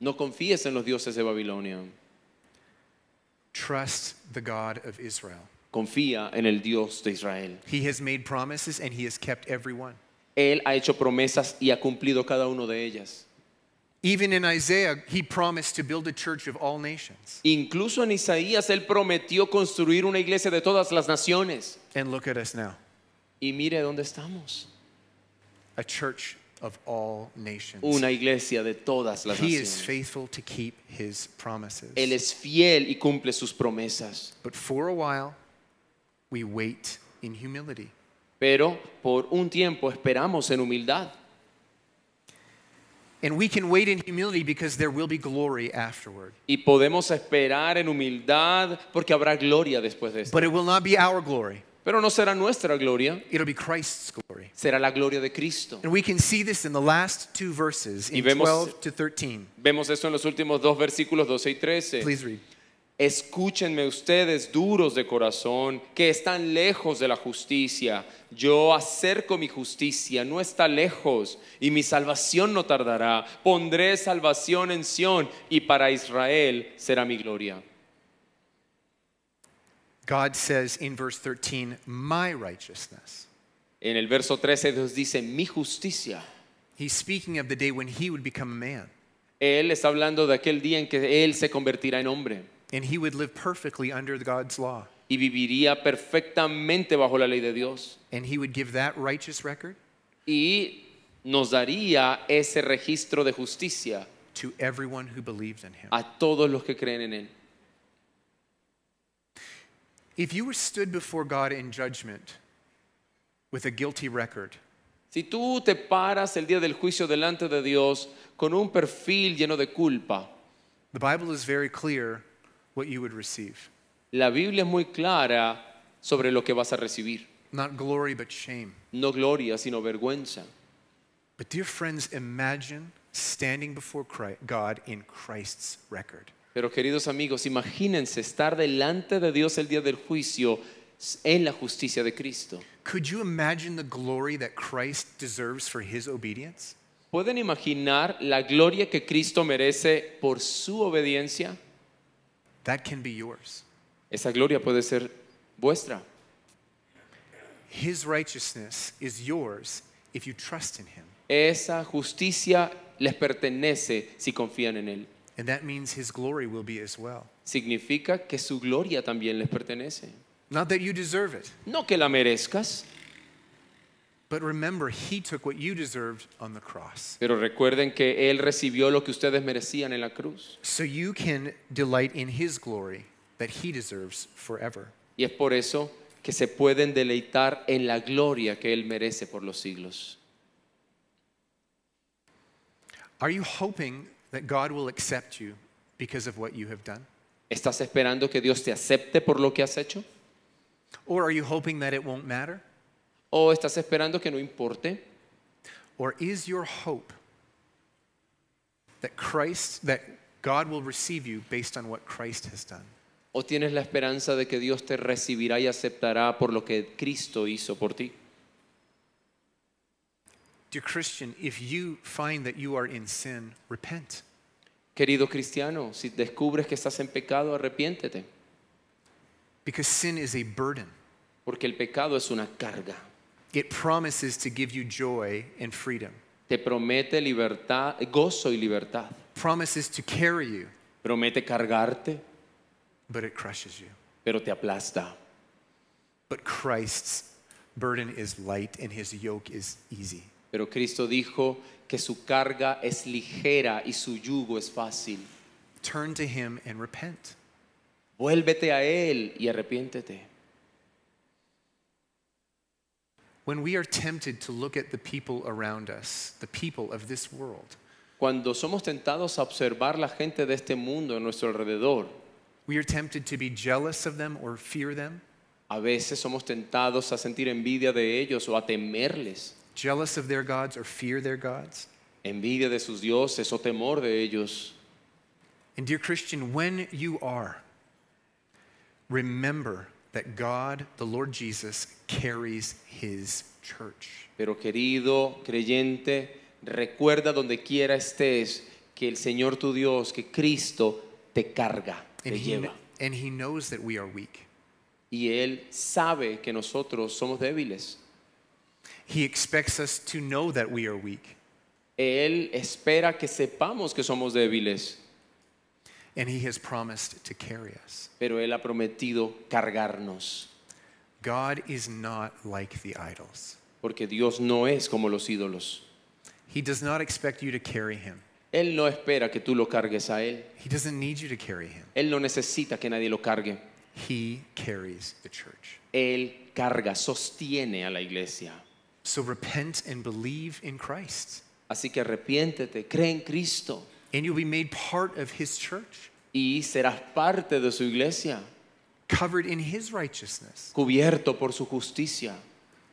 [SPEAKER 2] No confíes en los dioses de Babilonia.
[SPEAKER 1] Trust the God of Israel.
[SPEAKER 2] Confía en el Dios de Israel.
[SPEAKER 1] He has made promises and he has kept every one.
[SPEAKER 2] Él ha hecho promesas y ha cumplido cada una de ellas.
[SPEAKER 1] Even in Isaiah, he promised to build a church of all nations.
[SPEAKER 2] Incluso en Isaías él prometió construir una iglesia de todas las naciones.
[SPEAKER 1] And look at us now
[SPEAKER 2] Y mire dónde estamos.
[SPEAKER 1] a church of all nations.
[SPEAKER 2] Una iglesia de todas las
[SPEAKER 1] He is
[SPEAKER 2] naciones.
[SPEAKER 1] faithful to keep his promises.
[SPEAKER 2] Él es fiel y cumple sus promesas.
[SPEAKER 1] But for a while, we wait in humility.
[SPEAKER 2] Pero por un tiempo esperamos en humildad.
[SPEAKER 1] And we can wait in humility because there will be glory afterward.
[SPEAKER 2] Y podemos esperar en humildad porque habrá gloria después de esto.
[SPEAKER 1] But it will not be our glory,
[SPEAKER 2] Pero no será nuestra gloria,
[SPEAKER 1] it'll be Christ's glory.
[SPEAKER 2] será la gloria de Cristo.
[SPEAKER 1] And we can see this in the last two verses,
[SPEAKER 2] Y
[SPEAKER 1] in
[SPEAKER 2] vemos-
[SPEAKER 1] 12 to 13.
[SPEAKER 2] Vemos eso en los últimos dos versículos 12 y 13.
[SPEAKER 1] Please read.
[SPEAKER 2] Escúchenme ustedes duros de corazón, que están lejos de la justicia. Yo acerco mi justicia, no está lejos, y mi salvación no tardará. Pondré salvación en Sión, y para Israel será mi gloria.
[SPEAKER 1] God says in verse 13, My righteousness.
[SPEAKER 2] En el verso 13 Dios dice, mi justicia.
[SPEAKER 1] He's speaking of the day when he would become a man
[SPEAKER 2] Él está hablando de aquel día en que Él se convertirá en hombre
[SPEAKER 1] and he would live perfectly under God's law.
[SPEAKER 2] y viviría perfectamente bajo la ley de Dios.
[SPEAKER 1] And he would give that righteous record
[SPEAKER 2] Y nos daría ese registro de justicia
[SPEAKER 1] to everyone who believed in him.
[SPEAKER 2] a todos los que creen en Él.
[SPEAKER 1] If you were stood before God in judgment with a guilty record,
[SPEAKER 2] Si tú te paras el día del juicio delante de Dios con un perfil lleno de culpa,
[SPEAKER 1] the Bible is very clear what you would receive
[SPEAKER 2] la Biblia es muy clara sobre lo que vas a recibir.
[SPEAKER 1] not glory, but shame.
[SPEAKER 2] No gloria, sino vergüenza.
[SPEAKER 1] But, dear friends, imagine standing before Christ, God in Christ's record.
[SPEAKER 2] Pero queridos amigos, imagínense estar delante de Dios el día del juicio en la justicia de Cristo.
[SPEAKER 1] Could you imagine the glory that Christ deserves for his obedience?
[SPEAKER 2] ¿Pueden imaginar la gloria que Cristo merece por su obediencia?
[SPEAKER 1] That can be yours.
[SPEAKER 2] Esa gloria puede ser vuestra.
[SPEAKER 1] His righteousness is yours if you trust in him.
[SPEAKER 2] Esa justicia les pertenece si confían en Él.
[SPEAKER 1] And that means his glory will be as well.
[SPEAKER 2] significa que su gloria también les pertenece.
[SPEAKER 1] Not that you deserve it,
[SPEAKER 2] No que la merezcas,
[SPEAKER 1] but remember, he took what you deserved on the cross.
[SPEAKER 2] pero recuerden que Él recibió lo que ustedes merecían en la cruz.
[SPEAKER 1] So you can delight in his glory that he deserves forever.
[SPEAKER 2] Y es por eso que se pueden deleitar en la gloria que Él merece por los siglos.
[SPEAKER 1] Are you hoping that God will accept you because of what you have done?
[SPEAKER 2] ¿Estás esperando que Dios te acepte por lo que has hecho?
[SPEAKER 1] Or are you hoping that it won't matter?
[SPEAKER 2] ¿O estás esperando que no importe?
[SPEAKER 1] Or is your hope that Christ, that God will receive you based on what Christ has done?
[SPEAKER 2] ¿O tienes la esperanza de que Dios te recibirá y aceptará por lo que Cristo hizo por ti?
[SPEAKER 1] Dear Christian, if you find that you are in sin, repent.
[SPEAKER 2] Querido cristiano, si descubres que estás en pecado, arrepiéntete,
[SPEAKER 1] Because sin is a burden.
[SPEAKER 2] porque el pecado es una carga.
[SPEAKER 1] It promises to give you joy and freedom,
[SPEAKER 2] Te promete libertad, gozo y libertad.
[SPEAKER 1] promises to carry you,
[SPEAKER 2] Promete cargarte,
[SPEAKER 1] but it crushes you.
[SPEAKER 2] pero te aplasta.
[SPEAKER 1] But Christ's burden is light and his yoke is easy.
[SPEAKER 2] Pero Cristo dijo que su carga es ligera y su yugo es fácil.
[SPEAKER 1] Turn to him and repent.
[SPEAKER 2] Vuélvete a Él y arrepiéntete.
[SPEAKER 1] When we are tempted to look at the people around us, the people of this world,
[SPEAKER 2] Cuando somos tentados a observar la gente de este mundo a nuestro alrededor,
[SPEAKER 1] we are tempted to be jealous of them or fear them,
[SPEAKER 2] a veces somos tentados a sentir envidia de ellos o a temerles,
[SPEAKER 1] jealous of their gods or fear their gods.
[SPEAKER 2] envidia de sus dioses o temor de ellos.
[SPEAKER 1] And, dear Christian, when you are, remember that God, the Lord Jesus, carries his church.
[SPEAKER 2] Pero querido creyente, recuerda donde quiera estés que el Señor tu Dios, que Cristo te carga,
[SPEAKER 1] And
[SPEAKER 2] te
[SPEAKER 1] he, kn-
[SPEAKER 2] lleva.
[SPEAKER 1] and he knows that we are weak.
[SPEAKER 2] Y Él sabe que nosotros somos débiles.
[SPEAKER 1] He expects us to know that we are weak.
[SPEAKER 2] Él espera que sepamos que somos débiles,
[SPEAKER 1] And he has promised to carry us.
[SPEAKER 2] pero Él ha prometido cargarnos.
[SPEAKER 1] God is not like the idols.
[SPEAKER 2] Porque Dios no es como los ídolos.
[SPEAKER 1] He does not expect you to carry him.
[SPEAKER 2] Él no espera que tú lo cargues a Él.
[SPEAKER 1] He doesn't need you to carry him.
[SPEAKER 2] Él no necesita que nadie lo cargue.
[SPEAKER 1] He carries the church.
[SPEAKER 2] Él carga, sostiene a la iglesia.
[SPEAKER 1] So repent and believe in Christ,
[SPEAKER 2] Así que arrepiéntete, cree en Cristo
[SPEAKER 1] and you'll be made part of his church,
[SPEAKER 2] y serás parte de su iglesia,
[SPEAKER 1] covered in his righteousness,
[SPEAKER 2] cubierto por su justicia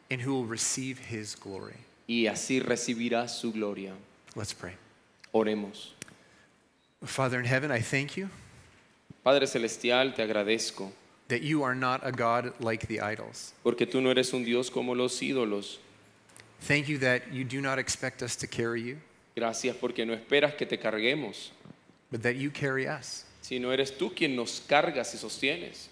[SPEAKER 1] and who will receive his glory.
[SPEAKER 2] y así recibirás su gloria.
[SPEAKER 1] Let's pray.
[SPEAKER 2] Oremos.
[SPEAKER 1] Father in heaven, I thank you
[SPEAKER 2] Padre Celestial, te agradezco
[SPEAKER 1] that you are not a God like the idols.
[SPEAKER 2] porque tú no eres un Dios como los ídolos.
[SPEAKER 1] Thank you that you do not expect us to carry you,
[SPEAKER 2] Gracias porque no esperas que te carguemos,
[SPEAKER 1] but that you carry us.
[SPEAKER 2] sino eres tú quien nos cargas y sostienes.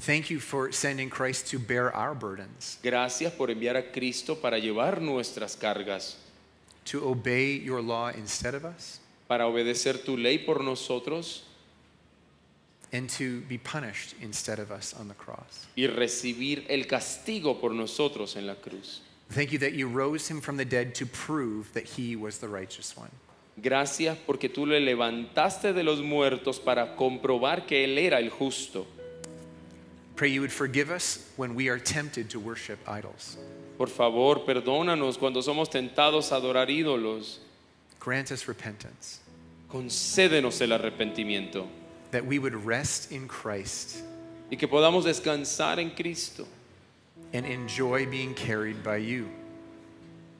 [SPEAKER 1] Thank you for sending Christ to bear our burdens,
[SPEAKER 2] Gracias por enviar a Cristo para llevar nuestras cargas,
[SPEAKER 1] to obey your law instead of us,
[SPEAKER 2] para obedecer tu ley por nosotros
[SPEAKER 1] and to be punished instead of us on the cross.
[SPEAKER 2] y recibir el castigo por nosotros en la cruz.
[SPEAKER 1] Thank you that you rose him from the dead to prove that he was the righteous one.
[SPEAKER 2] Gracias porque tú le levantaste de los muertos para comprobar que Él era el justo.
[SPEAKER 1] Pray you would forgive us when we are tempted to worship idols.
[SPEAKER 2] Por favor, perdónanos cuando somos tentados a adorar ídolos.
[SPEAKER 1] Grant us repentance,
[SPEAKER 2] Concédenos el arrepentimiento
[SPEAKER 1] that we would rest in Christ
[SPEAKER 2] y que podamos descansar en Cristo
[SPEAKER 1] and enjoy being carried by you.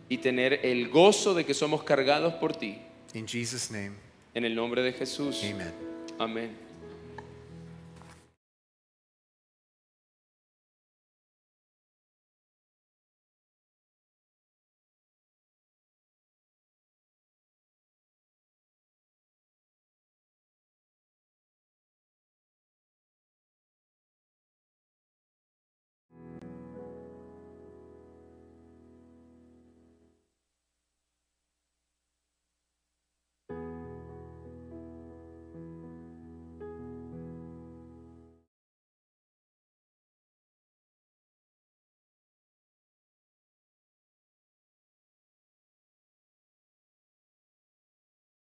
[SPEAKER 2] y tener el gozo de que somos cargados por ti.
[SPEAKER 1] In Jesus' name,
[SPEAKER 2] En el nombre de Jesús.
[SPEAKER 1] amen.
[SPEAKER 2] Amén.